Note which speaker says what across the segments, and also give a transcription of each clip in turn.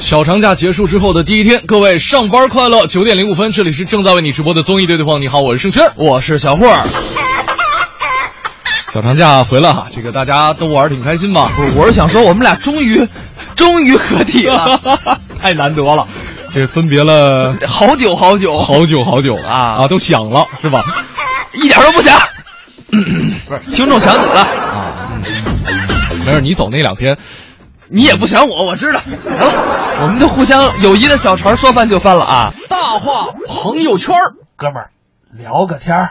Speaker 1: 小长假结束之后的第一天，各位上班快乐！九点零五分，这里是正在为你直播的综艺对对碰。你好，我是盛轩，我是小霍儿。 小长假回来啊，这个大家都玩的挺开心吧？
Speaker 2: 不是，我是想说，我们俩终于，终于合体了，
Speaker 1: 太难得了，这分别了
Speaker 2: 好久好久，
Speaker 1: 好久好久
Speaker 2: 啊
Speaker 1: 啊，都想了是吧？
Speaker 2: 一点都不 想。不是，听众想你了，
Speaker 1: 啊嗯没事，你走那两天，
Speaker 2: 你也不想我，我知道。行了，我们就互相友谊的小船说翻就翻了啊！大话朋友圈，
Speaker 3: 哥们儿聊个天儿。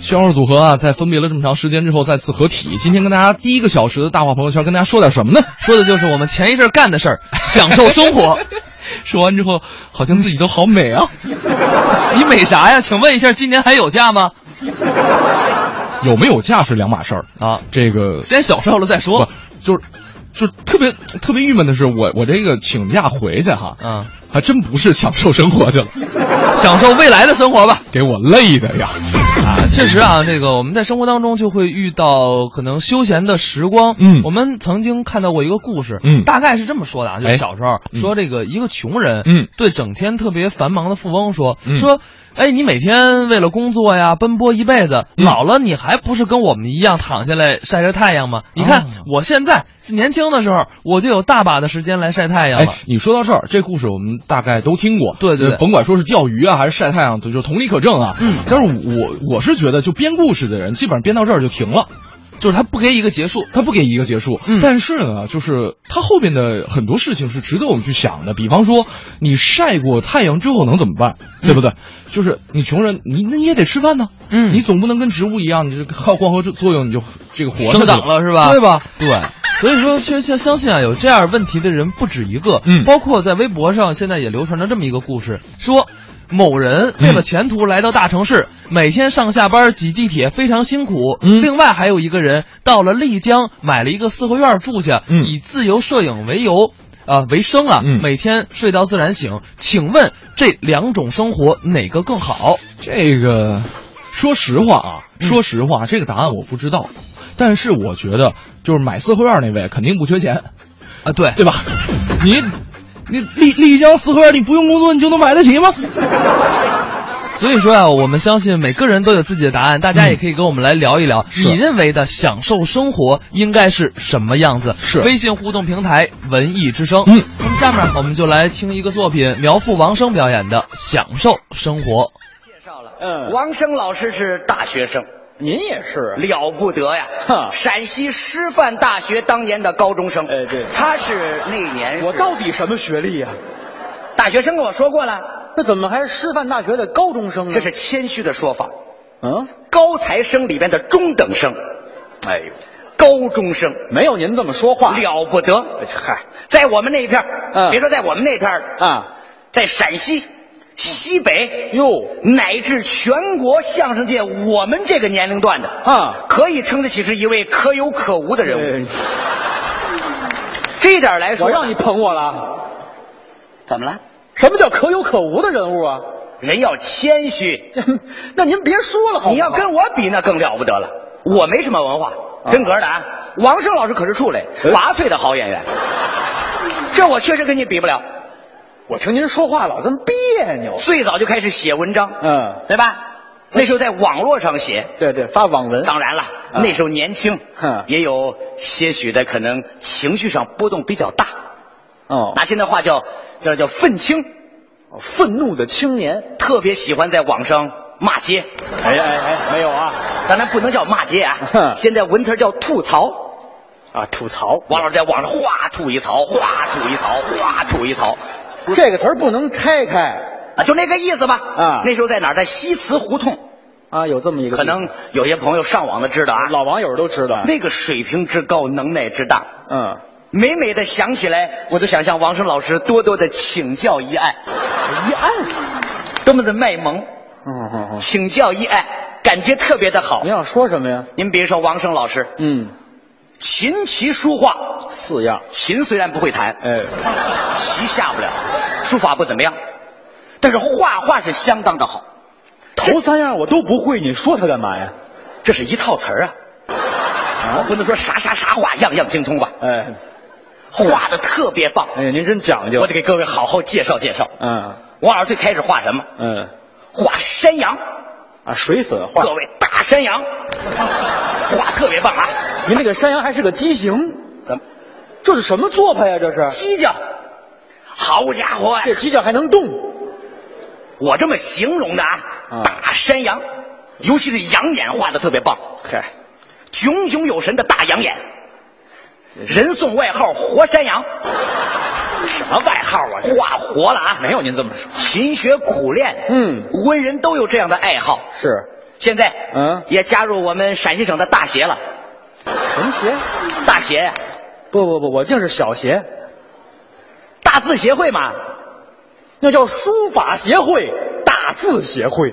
Speaker 1: 薛二组合啊，在分别了这么长时间之后再次合体。今天跟大家第一个小时的大话朋友圈，跟大家说点什么呢？
Speaker 2: 说的就是我们前一阵干的事儿，享受生活。
Speaker 1: 说完之后，好像自己都好美啊。
Speaker 2: 你美啥呀？请问一下，今年还有假吗？
Speaker 1: 有没有价是两码事儿
Speaker 2: 啊，
Speaker 1: 这个
Speaker 2: 先享受了再说
Speaker 1: 不。就是就是特别特别郁闷的是，我我这个请假回去哈，
Speaker 2: 嗯，
Speaker 1: 还真不是享受生活去了，
Speaker 2: 享受未来的生活吧。
Speaker 1: 给我累的呀。
Speaker 2: 啊，确实啊，这个我们在生活当中就会遇到可能休闲的时光。
Speaker 1: 嗯
Speaker 2: 我们曾经看到过一个故事，
Speaker 1: 嗯
Speaker 2: 大概是这么说的啊，就
Speaker 1: 哎
Speaker 2: 是小时候、
Speaker 1: 嗯
Speaker 2: 说这个一个穷人，
Speaker 1: 嗯，
Speaker 2: 对整天特别繁忙的富翁说，
Speaker 1: 嗯
Speaker 2: 说，哎，你每天为了工作呀奔波一辈子，
Speaker 1: 嗯
Speaker 2: 老了你还不是跟我们一样躺下来晒晒太阳吗？你看、
Speaker 1: 哦
Speaker 2: 我现在年轻的时候，我就有大把的时间来晒太阳
Speaker 1: 哎
Speaker 2: 了。，
Speaker 1: 你说到这儿，这故事我们大概都听过。
Speaker 2: 对对对
Speaker 1: 呃甭管说是钓鱼啊，还是晒太阳，就就同理可证啊。
Speaker 2: 嗯
Speaker 1: 但是我我是觉得，就编故事的人基本上编到这儿就停了。
Speaker 2: 就是他不给一个结束，
Speaker 1: 他不给一个结束，
Speaker 2: 嗯
Speaker 1: 但是呢，就是他后面的很多事情是值得我们去想的。比方说，你晒过太阳之后能怎么办，对不对？就是你穷人，你那你也得吃饭呢，
Speaker 2: 嗯
Speaker 1: 你总不能跟植物一样，你这靠光合作用你就这个活着
Speaker 2: 生长
Speaker 1: 就
Speaker 2: 了是吧
Speaker 1: 对吧？
Speaker 2: 对，所以说，确实相信啊，有这样问题的人不止一个。
Speaker 1: 嗯
Speaker 2: 包括在微博上现在也流传着这么一个故事，说某人为了前途来到大城市，每天上下班挤地铁非常辛苦。
Speaker 1: 嗯
Speaker 2: 另外还有一个人到了丽江买了一个四合院住下，
Speaker 1: 嗯
Speaker 2: 以自由摄影为由。啊、为生啊，
Speaker 1: 嗯
Speaker 2: 每天睡到自然醒。请问这两种生活哪个更好？
Speaker 1: 这个，说实话啊，说实话，这个答案我不知道，但是我觉得就是买四合院那位肯定不缺钱，
Speaker 2: 啊，对，
Speaker 1: 对吧？你。你丽丽江四合院，你不用工作你就能买得起吗？
Speaker 2: 所以说啊，我们相信每个人都有自己的答案，大家也可以跟我们来聊一聊，
Speaker 1: 嗯是
Speaker 2: 你认为的享受生活应该是什么样子？
Speaker 1: 是
Speaker 2: 微信互动平台“文艺之声”。
Speaker 1: 嗯，
Speaker 2: 那么下面我们就来听一个作品，苗阜王声表演的《享受生活》。
Speaker 4: 介绍了，
Speaker 3: 嗯
Speaker 4: 王生老师是大学生，
Speaker 3: 您也是啊
Speaker 4: 了不得呀！
Speaker 3: 哼
Speaker 4: 陕西师范大学当年的高中生，
Speaker 3: 哎对
Speaker 4: 他是那年是
Speaker 3: 我到底什么学历啊呀、
Speaker 4: 大学生跟我说过了，
Speaker 3: 那怎么还是师范大学的高中生呢？
Speaker 4: 这是谦虚的说法，
Speaker 3: 嗯，
Speaker 4: 高材生里边的中等生，哎呦，高中生
Speaker 3: 没有您这么说话
Speaker 4: 了不得！嗨，在我们那片儿
Speaker 3: 嗯
Speaker 4: 别说在我们那片儿了，
Speaker 3: 啊！
Speaker 4: 在陕西、西北
Speaker 3: 哟，
Speaker 4: 乃至全国相声界，我们这个年龄段的
Speaker 3: 啊
Speaker 4: 可以称得起是一位可有可无的人物。这一点来说，
Speaker 3: 哎我让你捧我了。
Speaker 4: 怎么了？
Speaker 3: 什么叫可有可无的人物啊？
Speaker 4: 人要谦虚，
Speaker 3: 那您别说了好不好，
Speaker 4: 你要跟我比，那更了不得了。我没什么文化，真格的啊！王声老师可是处类，
Speaker 3: 嗯
Speaker 4: 八岁的好演员，这我确实跟你比不了。
Speaker 3: 我听您说话老这么别扭。
Speaker 4: 最早就开始写文章，
Speaker 3: 嗯，
Speaker 4: 对吧？那时候在网络上写，
Speaker 3: 对对，发网文。
Speaker 4: 当然了，
Speaker 3: 嗯
Speaker 4: 那时候年轻
Speaker 3: 哼，
Speaker 4: 也有些许的可能情绪上波动比较大。
Speaker 3: 哦，
Speaker 4: 拿现在话叫叫叫愤青，
Speaker 3: 愤怒的青年。
Speaker 4: 特别喜欢在网上骂街，
Speaker 3: 哎哎哎，没有啊
Speaker 4: 当然不能叫骂街啊，
Speaker 3: 哼
Speaker 4: 现在文词儿叫吐槽。
Speaker 3: 啊！吐槽，
Speaker 4: 王老师在网上哗吐一槽，哗吐一槽，哗吐一槽，
Speaker 3: 这个词儿不能拆开
Speaker 4: 啊，就那个意思吧。
Speaker 3: 啊
Speaker 4: 那时候在哪儿？在西祠胡同，
Speaker 3: 啊！有这么一个地
Speaker 4: 可
Speaker 3: 方，
Speaker 4: 能有些朋友上网的知道啊，
Speaker 3: 老网友都知道。
Speaker 4: 那个水平之高，能耐之大，
Speaker 3: 嗯，
Speaker 4: 每每的想起来，我都想向王生老师多多的请教一爱，一爱，多么的卖萌，
Speaker 3: 嗯嗯嗯。
Speaker 4: 请教一爱，感觉特别的好
Speaker 3: 您。要说什么呀？
Speaker 4: 您比如说王生老师，
Speaker 3: 嗯，
Speaker 4: 琴棋书画，
Speaker 3: 四样。
Speaker 4: 琴虽然不会弹，
Speaker 3: 哎，
Speaker 4: 棋下不了，书法不怎么样，但是画画是相当的好。
Speaker 3: 头三样我都不会，你说他干嘛呀？
Speaker 4: 这是一套词儿啊，我不能说啥啥啥画样样精通吧？
Speaker 3: 啊哎，
Speaker 4: 画的特别棒，
Speaker 3: 哎呀，您真讲究。
Speaker 4: 我得给各位好好介绍介绍。
Speaker 3: 嗯
Speaker 4: 王老师最开始画什么？
Speaker 3: 嗯
Speaker 4: 画山羊，
Speaker 3: 啊，水粉画。
Speaker 4: 各位大山羊，画特别棒啊！
Speaker 3: 您这个山羊还是个畸形，
Speaker 4: 怎么
Speaker 3: 这是什么做派呀？啊这是
Speaker 4: 犄角？好家伙呀、
Speaker 3: 这犄角还能动？
Speaker 4: 我这么形容的啊，
Speaker 3: 嗯
Speaker 4: 大山羊，尤其是羊眼画的特别棒，
Speaker 3: 嗨，
Speaker 4: 炯炯有神的大羊眼，
Speaker 3: 嗯
Speaker 4: 人送外号“活山 羊”。什么外号啊？画活了啊！
Speaker 3: 没有您这么说。
Speaker 4: 勤学苦练，
Speaker 3: 嗯，
Speaker 4: 文人都有这样的爱好。
Speaker 3: 是
Speaker 4: 现在，
Speaker 3: 嗯
Speaker 4: 也加入我们陕西省的大协了。
Speaker 3: 什么鞋？
Speaker 4: 大协呀，
Speaker 3: 不不不，我净是小鞋，
Speaker 4: 大字协会嘛，
Speaker 3: 那叫书法协会、大字协会。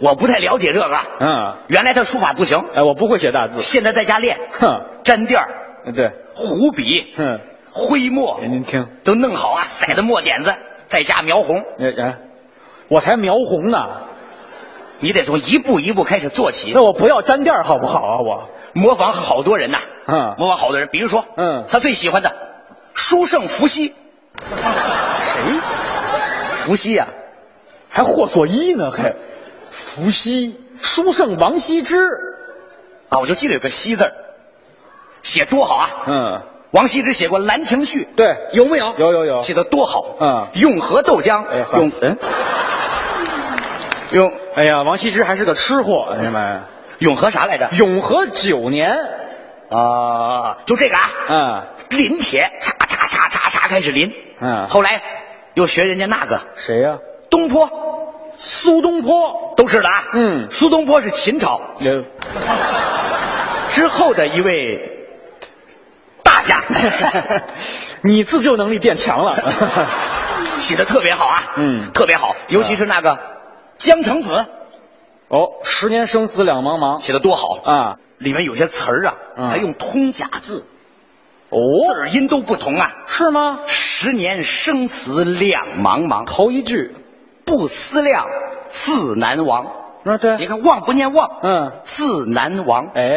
Speaker 4: 我不太了解这个。
Speaker 3: 嗯，
Speaker 4: 原来他书法不行，
Speaker 3: 哎，我不会写大字。
Speaker 4: 现在在家练，
Speaker 3: 哼，
Speaker 4: 沾垫儿、
Speaker 3: 对，
Speaker 4: 湖笔、
Speaker 3: 哼，
Speaker 4: 徽墨
Speaker 3: 嗯哎您听，
Speaker 4: 都弄好啊，塞的墨点子，在家描红。
Speaker 3: 哎哎，我才描红呢，
Speaker 4: 你得从一步一步开始做起，
Speaker 3: 那我不要沾垫儿好不好啊？我，
Speaker 4: 模仿好多人呐、
Speaker 3: 嗯
Speaker 4: 模仿好多人，比如说，
Speaker 3: 嗯
Speaker 4: 他最喜欢的书圣伏羲，
Speaker 3: 谁
Speaker 4: 伏羲呀、
Speaker 3: 还霍所依呢？还伏羲、书圣王羲之，
Speaker 4: 啊，我就记得有个“羲”字儿，写多好啊！
Speaker 3: 嗯，
Speaker 4: 王羲之写过《兰亭序》，
Speaker 3: 对
Speaker 4: 有没有？
Speaker 3: 有有有
Speaker 4: 写的多好。
Speaker 3: 哎嗯
Speaker 4: 永和豆浆，
Speaker 3: 哎好
Speaker 4: 永
Speaker 3: 嗯，
Speaker 4: 永
Speaker 3: 哎呀，王羲之还是个吃货，哎呀妈呀！
Speaker 4: 永和啥来着？
Speaker 3: 永和九年啊，
Speaker 4: 就这个啊，
Speaker 3: 嗯，
Speaker 4: 临帖，嚓嚓嚓嚓嚓开始临。
Speaker 3: 嗯
Speaker 4: 后来又学人家那个
Speaker 3: 谁呀、
Speaker 4: 东坡，
Speaker 3: 苏东坡，
Speaker 4: 都是的啊。
Speaker 3: 嗯
Speaker 4: 苏东坡是秦朝
Speaker 3: 也
Speaker 4: 之后的一位大家，
Speaker 3: 你自救能力变强了。
Speaker 4: 写的特别好啊。
Speaker 3: 嗯
Speaker 4: 特别好，尤其是那个江城子，
Speaker 3: 哦，十年生死两茫茫
Speaker 4: 写的多好。
Speaker 3: 啊！
Speaker 4: 里面有些词儿啊，
Speaker 3: 嗯
Speaker 4: 还用通假字，字
Speaker 3: 哦，
Speaker 4: 儿音都不同啊。
Speaker 3: 是吗？
Speaker 4: 十年生死两茫茫，
Speaker 3: 头一句，
Speaker 4: 不思量，自难忘。
Speaker 3: 那啊对，
Speaker 4: 你看忘不念忘，
Speaker 3: 嗯，
Speaker 4: 自难忘。
Speaker 3: 哎，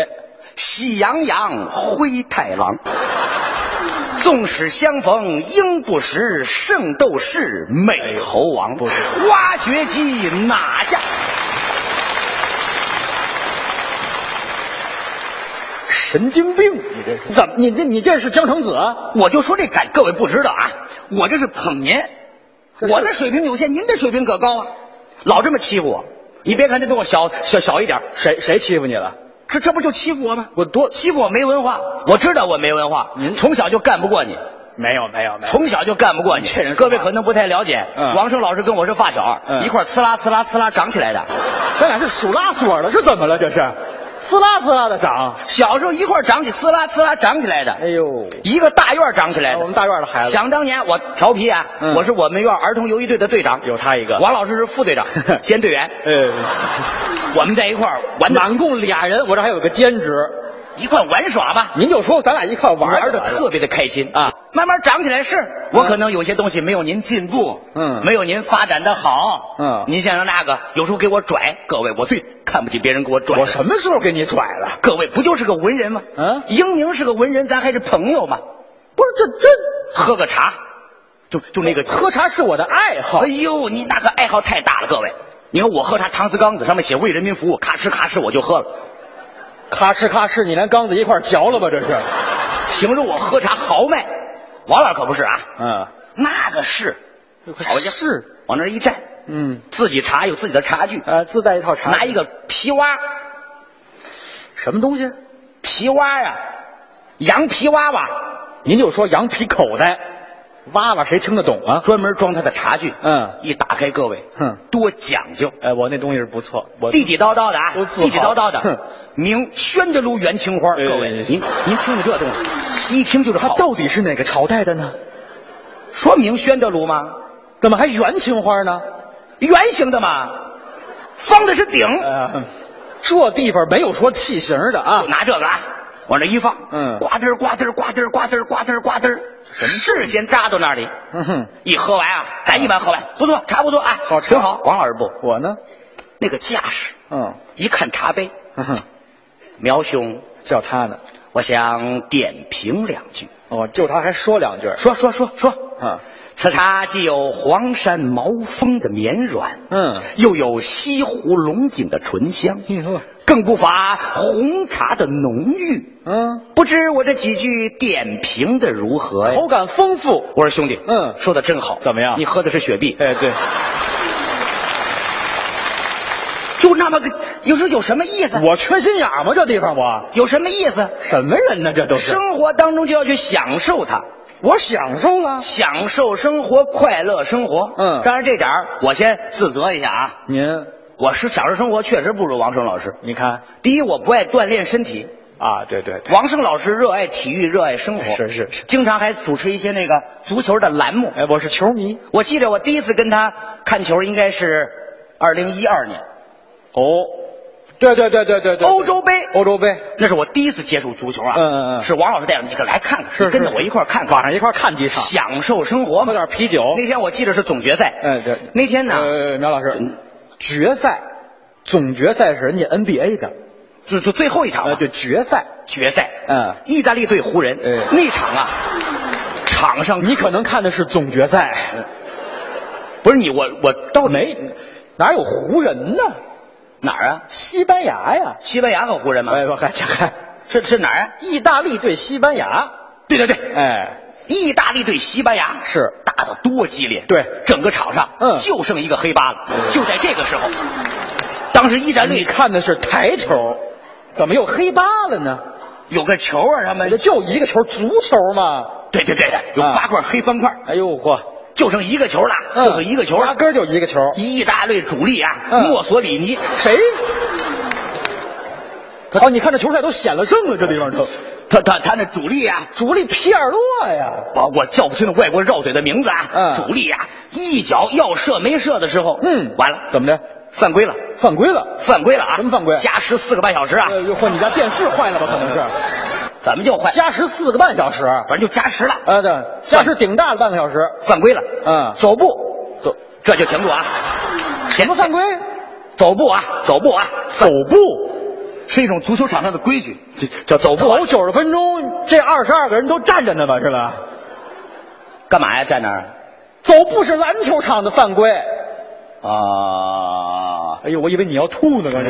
Speaker 4: 喜洋洋，灰太狼。纵使相逢应不识，圣斗士美猴王。
Speaker 3: 不是
Speaker 4: 挖掘机哪架？
Speaker 3: 神经病！你这是怎么？你这你这是江城子？啊
Speaker 4: 我就说这感，各位不知道啊，我这是捧您，
Speaker 3: 这是
Speaker 4: 我的水平有限，您的水平可高啊，老这么欺负我。你别看他比我小小小一点儿，
Speaker 3: 谁谁欺负你了？
Speaker 4: 这这不就欺负我吗？
Speaker 3: 我多
Speaker 4: 欺负我没文化，我知道我没文化，
Speaker 3: 您
Speaker 4: 从小就干不过你，
Speaker 3: 没有没有没有，
Speaker 4: 从小就干不过你。
Speaker 3: 这人说
Speaker 4: 各
Speaker 3: 话
Speaker 4: 位可能不太了解，
Speaker 3: 嗯
Speaker 4: 王胜老师跟我是发小，
Speaker 3: 嗯
Speaker 4: 一块儿呲啦呲啦呲啦长起来的。
Speaker 3: 咱俩是数拉锁的，是怎么了？这是撕拉撕拉的长。
Speaker 4: 小时候一块儿长起，呲啦呲啦长起来的。
Speaker 3: 哎呦，啊
Speaker 4: 一个大院儿长起来的，
Speaker 3: 我们大院的孩子
Speaker 4: 想当年我调皮啊，
Speaker 3: 嗯
Speaker 4: 我是我们院儿童游击队的队长，
Speaker 3: 有他一个
Speaker 4: 王老师是副队 长兼队员，
Speaker 3: 哎，
Speaker 4: 我们在一块儿玩的，
Speaker 3: 满共俩人，我这还有个兼职。
Speaker 4: 一块儿玩耍吧，
Speaker 3: 您就说咱俩一块玩
Speaker 4: 玩
Speaker 3: 儿
Speaker 4: 的
Speaker 3: 的
Speaker 4: 特别的开心
Speaker 3: 啊。
Speaker 4: 慢慢长起来是，我可能有些东西没有您进步，
Speaker 3: 嗯
Speaker 4: 没有您发展的好，
Speaker 3: 嗯
Speaker 4: 您像那个有时候给我拽，各位我最看不起别人给我拽的，
Speaker 3: 我什么时候给你拽了？
Speaker 4: 各位不就是个文人吗？
Speaker 3: 嗯
Speaker 4: 英宁是个文人，咱还是朋友嘛，
Speaker 3: 不是这这
Speaker 4: 喝个茶，就就那个
Speaker 3: 喝茶是我的爱好
Speaker 4: 哎。呦，你那个爱好太大了，各位。你看我喝茶，搪瓷缸子上面写为人民服务，咔哧咔哧我就喝了，
Speaker 3: 咔哧咔哧，你连缸子一块儿嚼了吧？这是？
Speaker 4: 形容我喝茶豪迈。王老师可不是啊，
Speaker 3: 嗯，
Speaker 4: 那个是，好家伙，
Speaker 3: 是，
Speaker 4: 往那儿一站，
Speaker 3: 嗯，
Speaker 4: 自己茶有自己的茶具，
Speaker 3: 呃，自带一套茶，
Speaker 4: 拿一个皮蛙，
Speaker 3: 什么东西？
Speaker 4: 皮蛙呀、羊皮娃娃，
Speaker 3: 您就说羊皮口袋，娃娃谁听得懂啊？
Speaker 4: 专门装他的茶具。
Speaker 3: 嗯，
Speaker 4: 一打开，各位，
Speaker 3: 哼，
Speaker 4: 多讲究，
Speaker 3: 哎，我那东西是不错，我
Speaker 4: 地地道道的啊，
Speaker 3: 都自豪
Speaker 4: 地地道道
Speaker 3: 哼
Speaker 4: 的，名宣德炉元青花。
Speaker 3: 哎
Speaker 4: 各位，您您听听这东西，一听就是
Speaker 3: 它
Speaker 4: 好。
Speaker 3: 到底是哪个朝代的呢？
Speaker 4: 说明宣德炉吗？
Speaker 3: 怎么还圆青花呢？
Speaker 4: 圆形的嘛，方的是顶。
Speaker 3: 呃，这地方没有说器型的啊
Speaker 4: 就。拿这个啊，往这一放，
Speaker 3: 嗯
Speaker 4: 呱嘚儿呱嘚儿呱嘚儿呱嘚儿呱嘚儿呱嘚儿，事先扎到那里。
Speaker 3: 嗯哼，
Speaker 4: 一喝完啊，咱一般喝完，不错，茶不错啊，
Speaker 3: 好吃
Speaker 4: 挺好。王老师不，
Speaker 3: 我呢？
Speaker 4: 那个架势，
Speaker 3: 嗯，
Speaker 4: 一看茶杯，
Speaker 3: 哼哼，
Speaker 4: 苗兄，
Speaker 3: 叫他呢。
Speaker 4: 我想点评两句。
Speaker 3: 哦，就他还说两句，
Speaker 4: 说说说说，
Speaker 3: 嗯
Speaker 4: 啊此茶既有黄山毛峰的绵软，
Speaker 3: 嗯，
Speaker 4: 又有西湖龙井的醇香，
Speaker 3: 你说，
Speaker 4: 更不乏红茶的浓郁。
Speaker 3: 嗯，
Speaker 4: 不知我这几句点评的如何呀
Speaker 3: 口？感丰富，
Speaker 4: 我说兄弟，
Speaker 3: 嗯
Speaker 4: 说的真好，
Speaker 3: 怎么样
Speaker 4: 你喝的是雪碧，
Speaker 3: 哎，对，
Speaker 4: 就那么个，有时候有什么意思？
Speaker 3: 我缺心眼儿吗？这地方我
Speaker 4: 有什么意思？
Speaker 3: 什么人呢？这都是，
Speaker 4: 生活当中就要去享受它，
Speaker 3: 我享受
Speaker 4: 啊
Speaker 3: 了。
Speaker 4: 享受生活，快乐生活。
Speaker 3: 嗯
Speaker 4: 当然这点儿我先自责一下啊，
Speaker 3: 您，
Speaker 4: 我是享受生活确实不如王生老师。
Speaker 3: 你看
Speaker 4: 第一，我不爱锻炼身体。
Speaker 3: 啊，对对对，
Speaker 4: 王胜老师热爱体育，热爱生活，
Speaker 3: 哎是是是
Speaker 4: 经常还主持一些那个足球的栏目。
Speaker 3: 哎，我是球迷
Speaker 4: 我记得我第一次跟他看球应该是二零一二年
Speaker 3: 哦，对对对对对对，
Speaker 4: 欧洲杯，
Speaker 3: 欧洲杯，
Speaker 4: 那是我第一次接触足球啊。
Speaker 3: 嗯嗯嗯
Speaker 4: 是王老师带着你可来看看，
Speaker 3: 是啊
Speaker 4: 你跟着
Speaker 3: 是
Speaker 4: 我一块儿看看，
Speaker 3: 晚上一块儿看几场，
Speaker 4: 享受生活
Speaker 3: 喝
Speaker 4: 嘛。
Speaker 3: 点啤酒。
Speaker 4: 那天我记得是总决赛，
Speaker 3: 哦哎对
Speaker 4: 那天呢，
Speaker 3: 呃，苗老师
Speaker 4: 嗯，
Speaker 3: 决赛，总决赛是人家 NBA 的，
Speaker 4: 就就最后一场嘛、
Speaker 3: 呃，对，决赛，
Speaker 4: 决赛，
Speaker 3: 嗯
Speaker 4: 意大利对湖人、
Speaker 3: 哎
Speaker 4: 那场啊，场上
Speaker 3: 你可能看的是总决赛，
Speaker 4: 不是你我我到底
Speaker 3: 没哪有湖人呢？
Speaker 4: 哪儿啊？
Speaker 3: 西班牙呀，
Speaker 4: 西班牙和湖人吗？
Speaker 3: 哎，我还这还
Speaker 4: 是是哪儿啊？
Speaker 3: 意大利对西班牙，
Speaker 4: 对对对，
Speaker 3: 哎，
Speaker 4: 意大利对西班牙
Speaker 3: 是
Speaker 4: 打得多激烈，
Speaker 3: 对
Speaker 4: 整个场上，
Speaker 3: 嗯
Speaker 4: 就剩一个黑八了。就在这个时候，当时意大
Speaker 3: 你
Speaker 4: 利
Speaker 3: 看的是台球，怎么又黑八了呢？
Speaker 4: 有个球啊，他们
Speaker 3: 这就一个球，足球嘛，
Speaker 4: 对对对的，有
Speaker 3: 啊
Speaker 4: 八块黑方块，
Speaker 3: 哎呦嚯，
Speaker 4: 就剩一个球了，就剩一个球
Speaker 3: 压
Speaker 4: 了。
Speaker 3: 根儿就嗯一个球，
Speaker 4: 意大利主力啊，
Speaker 3: 嗯
Speaker 4: 墨索里尼，
Speaker 3: 谁？哦，你看这球赛都显了圣了，这地方都
Speaker 4: 他他他那主力啊，
Speaker 3: 主力皮尔洛呀，
Speaker 4: 我我叫不清那外国绕腿的名字啊，
Speaker 3: 嗯
Speaker 4: 主力啊，一脚要射没射的时候，
Speaker 3: 嗯
Speaker 4: 完了，
Speaker 3: 怎么的？
Speaker 4: 犯规了，
Speaker 3: 犯规了？
Speaker 4: 犯规了啊！
Speaker 3: 什么犯规
Speaker 4: 加时四个半小时啊！
Speaker 3: 呃，又或你家电视坏了吧？可能是
Speaker 4: 怎么就坏？
Speaker 3: 加时四个半小时，
Speaker 4: 反正就加时了，
Speaker 3: 呃，对，加时顶大了半个小时，
Speaker 4: 犯规了。
Speaker 3: 嗯
Speaker 4: 走步，
Speaker 3: 走
Speaker 4: 这就停住啊！什
Speaker 3: 什么犯规？
Speaker 4: 走步啊，走步啊，
Speaker 3: 走步，
Speaker 4: 是一种足球场上的规矩，这叫走步啊。
Speaker 3: 走九十分钟，这二十二个人都站着呢吧？是吧？
Speaker 4: 干嘛呀？站那儿？
Speaker 3: 走步是篮球场的犯规。
Speaker 4: 啊，
Speaker 3: 哎呦，我以为你要吐呢，刚才。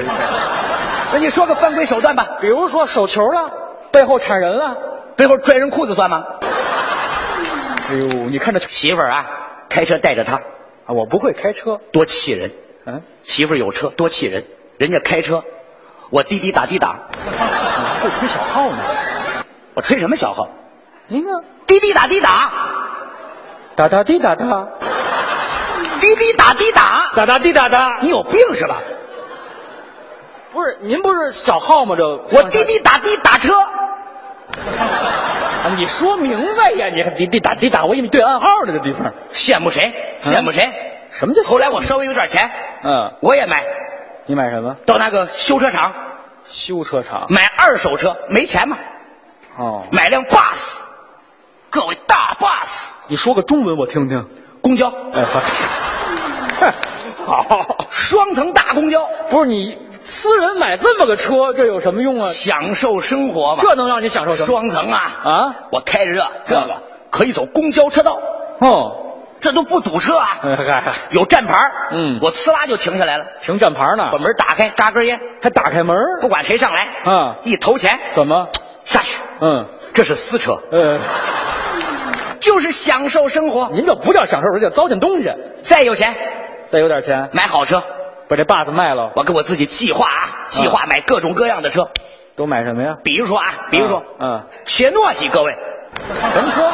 Speaker 4: 那你说个犯规手段吧？
Speaker 3: 比如说手球了，背后铲人了。
Speaker 4: 背后拽人裤子算吗？
Speaker 3: 哎呦，你看这
Speaker 4: 媳妇儿啊，开车带着他，
Speaker 3: 啊，我不会开车，
Speaker 4: 多气人。
Speaker 3: 嗯，
Speaker 4: 媳妇儿有车，多气人。人家开车，我滴滴打滴打，
Speaker 3: 会吹小号呢。
Speaker 4: 我吹什么小号？
Speaker 3: 您呢？
Speaker 4: 滴滴打滴打，
Speaker 3: 哒哒滴哒哒，
Speaker 4: 滴滴打滴打，
Speaker 3: 哒哒滴哒哒。
Speaker 4: 你有病是吧？
Speaker 3: 不是您不是小号吗？这
Speaker 4: 我滴滴打滴打车，
Speaker 3: 啊，你说明白呀！你还滴滴打滴打，我以为你对暗号呢，这地方。
Speaker 4: 羡慕谁？羡慕谁？
Speaker 3: 什么叫
Speaker 4: 后来我稍微有点钱，
Speaker 3: 嗯，
Speaker 4: 我也买，
Speaker 3: 你买什么？
Speaker 4: 到那个修车厂
Speaker 3: 修车厂。
Speaker 4: 买二手车，没钱嘛，
Speaker 3: 哦，
Speaker 4: 买辆 bus，各位大 bus
Speaker 3: 你说个中文我听听。
Speaker 4: 公交，
Speaker 3: 哎，好，好，
Speaker 4: 双层大公交，
Speaker 3: 不是你私人买这么个车，这有什么用啊？
Speaker 4: 享受生活嘛。
Speaker 3: 这能让你享受什么？
Speaker 4: 双层啊，
Speaker 3: 啊？
Speaker 4: 我开着这这个
Speaker 3: 嗯
Speaker 4: 可以走公交车道，
Speaker 3: 哦，
Speaker 4: 这都不堵车啊，
Speaker 3: 哎嗨，
Speaker 4: 有站牌儿，
Speaker 3: 嗯
Speaker 4: 我呲啦就停下来了，
Speaker 3: 停站牌呢
Speaker 4: 把，门打开，扎根烟，
Speaker 3: 还打开门儿？
Speaker 4: 不管谁上来，
Speaker 3: 嗯
Speaker 4: 一投钱
Speaker 3: 怎么？
Speaker 4: 下去，
Speaker 3: 嗯，
Speaker 4: 这是私车，
Speaker 3: 呃，
Speaker 4: 就是享受生活。
Speaker 3: 您这不叫享受，这叫糟践东西。
Speaker 4: 再有钱
Speaker 3: 再有点钱，
Speaker 4: 买好车，
Speaker 3: 把这把子卖了，
Speaker 4: 我给我自己计划啊，计划买各种各样的车，
Speaker 3: 都买什么呀？
Speaker 4: 比如说啊，比如说，
Speaker 3: 嗯，
Speaker 4: 切诺基，各位，
Speaker 3: 嗯什么车？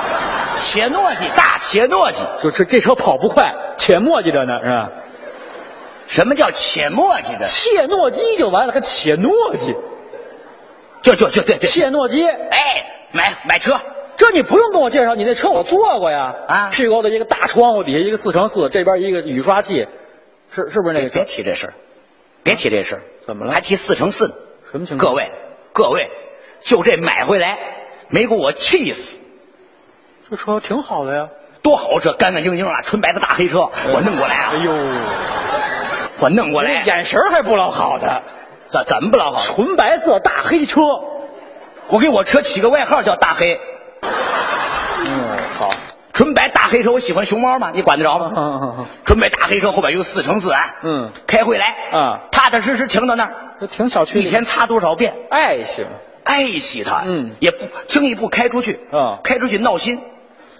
Speaker 4: 切诺基大切诺基，
Speaker 3: 就这这车跑不快，且磨叽着呢，是吧？
Speaker 4: 什么叫切诺基的？
Speaker 3: 切诺基就完了，还切诺基，
Speaker 4: 就就就对对，
Speaker 3: 切诺基，
Speaker 4: 哎，买买车，
Speaker 3: 这你不用跟我介绍，你那车我坐过呀。
Speaker 4: 啊
Speaker 3: 屁股的一个大窗户底下一个四乘四，这边一个雨刷器，是是不是那个
Speaker 4: 别
Speaker 3: 车？
Speaker 4: 提这事儿，别提这事儿，
Speaker 3: 哎怎么了
Speaker 4: 还提四乘四呢？
Speaker 3: 什么情况？
Speaker 4: 各，位，各位，就这买回来没给我气死，
Speaker 3: 这车挺好的呀。
Speaker 4: 多好车，干干净净啊，纯白的大黑车，我弄过来
Speaker 3: 哎
Speaker 4: 啊，
Speaker 3: 呦，
Speaker 4: 我弄过
Speaker 3: 我
Speaker 4: 来，
Speaker 3: 眼神儿还不老好的，
Speaker 4: 怎怎么不老好？
Speaker 3: 纯白色大黑车，
Speaker 4: 我给我车起个外号叫大黑，纯白大黑车，我喜欢熊猫嘛，你管得着吗？
Speaker 3: 嗯嗯嗯
Speaker 4: 纯白大黑车后边有四乘四啊，
Speaker 3: 嗯，
Speaker 4: 开会来
Speaker 3: 啊
Speaker 4: 踏踏实实停到那儿，
Speaker 3: 这挺小区
Speaker 4: 一天擦多少遍，
Speaker 3: 爱行，
Speaker 4: 爱惜它，
Speaker 3: 嗯
Speaker 4: 也不轻易不开出去，
Speaker 3: 啊
Speaker 4: 开出去闹心，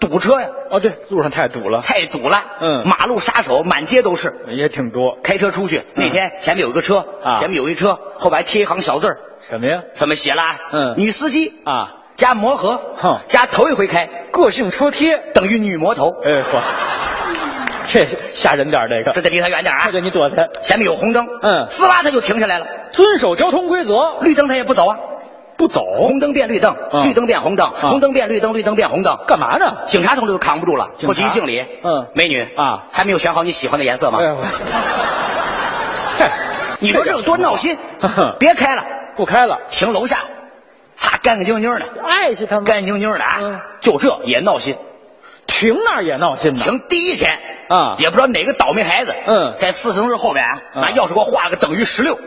Speaker 4: 堵车呀，
Speaker 3: 哦，对，路上太堵了，
Speaker 4: 太堵了，
Speaker 3: 嗯
Speaker 4: 马路杀手满街都是。
Speaker 3: 也挺多。
Speaker 4: 开车出去那天，前面有一个车，
Speaker 3: 嗯啊
Speaker 4: 前面有一车，后边还贴一行小字儿，
Speaker 3: 什么呀？
Speaker 4: 上面写了啊，
Speaker 3: 嗯
Speaker 4: 女司机
Speaker 3: 啊，
Speaker 4: 加磨合，
Speaker 3: 哼
Speaker 4: 加头一回开，
Speaker 3: 个性车贴。
Speaker 4: 等于女魔头。
Speaker 3: 哎，嚯，这吓人点儿这
Speaker 4: 这
Speaker 3: 个，
Speaker 4: 得离他远点啊
Speaker 3: 这！个你躲开，
Speaker 4: 前面有红灯，
Speaker 3: 嗯
Speaker 4: 呲啦他就停下来了，
Speaker 3: 遵守交通规则，
Speaker 4: 绿灯他也不走啊，
Speaker 3: 哦不走，
Speaker 4: 红灯变绿灯，
Speaker 3: 嗯
Speaker 4: 绿灯变红灯，红灯变绿灯，绿灯变红灯。
Speaker 3: 干嘛呢？
Speaker 4: 警察同志都扛不住了，
Speaker 3: 警察
Speaker 4: 过去一敬礼，
Speaker 3: 嗯
Speaker 4: 美女
Speaker 3: 啊
Speaker 4: 还没有选好你喜欢的颜色吗
Speaker 3: 哎？呦，
Speaker 4: 你说这有多闹心
Speaker 3: 呵呵？
Speaker 4: 别开了，
Speaker 3: 不开了，
Speaker 4: 停楼下，擦干干净净的，
Speaker 3: 爱惜他们，
Speaker 4: 干干净净的
Speaker 3: 嗯
Speaker 4: 啊，就这也闹心。
Speaker 3: 停那儿也闹心呢。
Speaker 4: 停第一天
Speaker 3: 啊
Speaker 4: 也不知道哪个倒霉孩子，
Speaker 3: 嗯
Speaker 4: 在四层日后边啊
Speaker 3: 嗯
Speaker 4: 拿钥匙给我画了个等于 十六。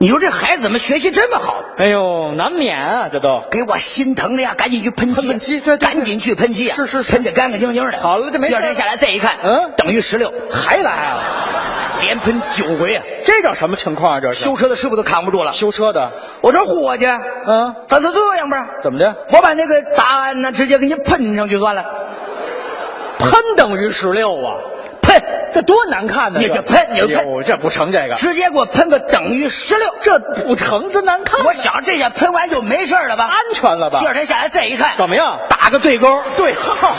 Speaker 4: 你说这孩子怎么学习这么好？
Speaker 3: 哎呦，难免啊，这都。
Speaker 4: 给我心疼的呀！赶紧去喷漆，
Speaker 3: 喷喷漆对对对
Speaker 4: 赶紧去喷漆呀！
Speaker 3: 是是是
Speaker 4: 喷的干干净净的。
Speaker 3: 好了这没
Speaker 4: 第
Speaker 3: 事
Speaker 4: 二天下来再一看，
Speaker 3: 嗯
Speaker 4: 等于十六，
Speaker 3: 还来啊？
Speaker 4: 连喷九回啊！
Speaker 3: 这叫什么情况啊？这是
Speaker 4: 修车的师傅都扛不住了。
Speaker 3: 修车的，
Speaker 4: 我说伙计，啊
Speaker 3: 嗯，
Speaker 4: 咱就这样吧，
Speaker 3: 怎么的？
Speaker 4: 我把那个答案呢直接给你喷上去
Speaker 3: 嗯
Speaker 4: 算了，
Speaker 3: 喷等于十六啊，
Speaker 4: 喷，
Speaker 3: 这多难看呢！
Speaker 4: 你就喷你就喷
Speaker 3: 哎呦这不成这个，
Speaker 4: 直接给我喷个等于十六。
Speaker 3: 这不成，这难看。啊嗯
Speaker 4: 我想着这下喷完就没事了吧？
Speaker 3: 安全了吧
Speaker 4: 第？二天下来再一看，
Speaker 3: 怎么样？
Speaker 4: 打个对勾，
Speaker 3: 对号啊。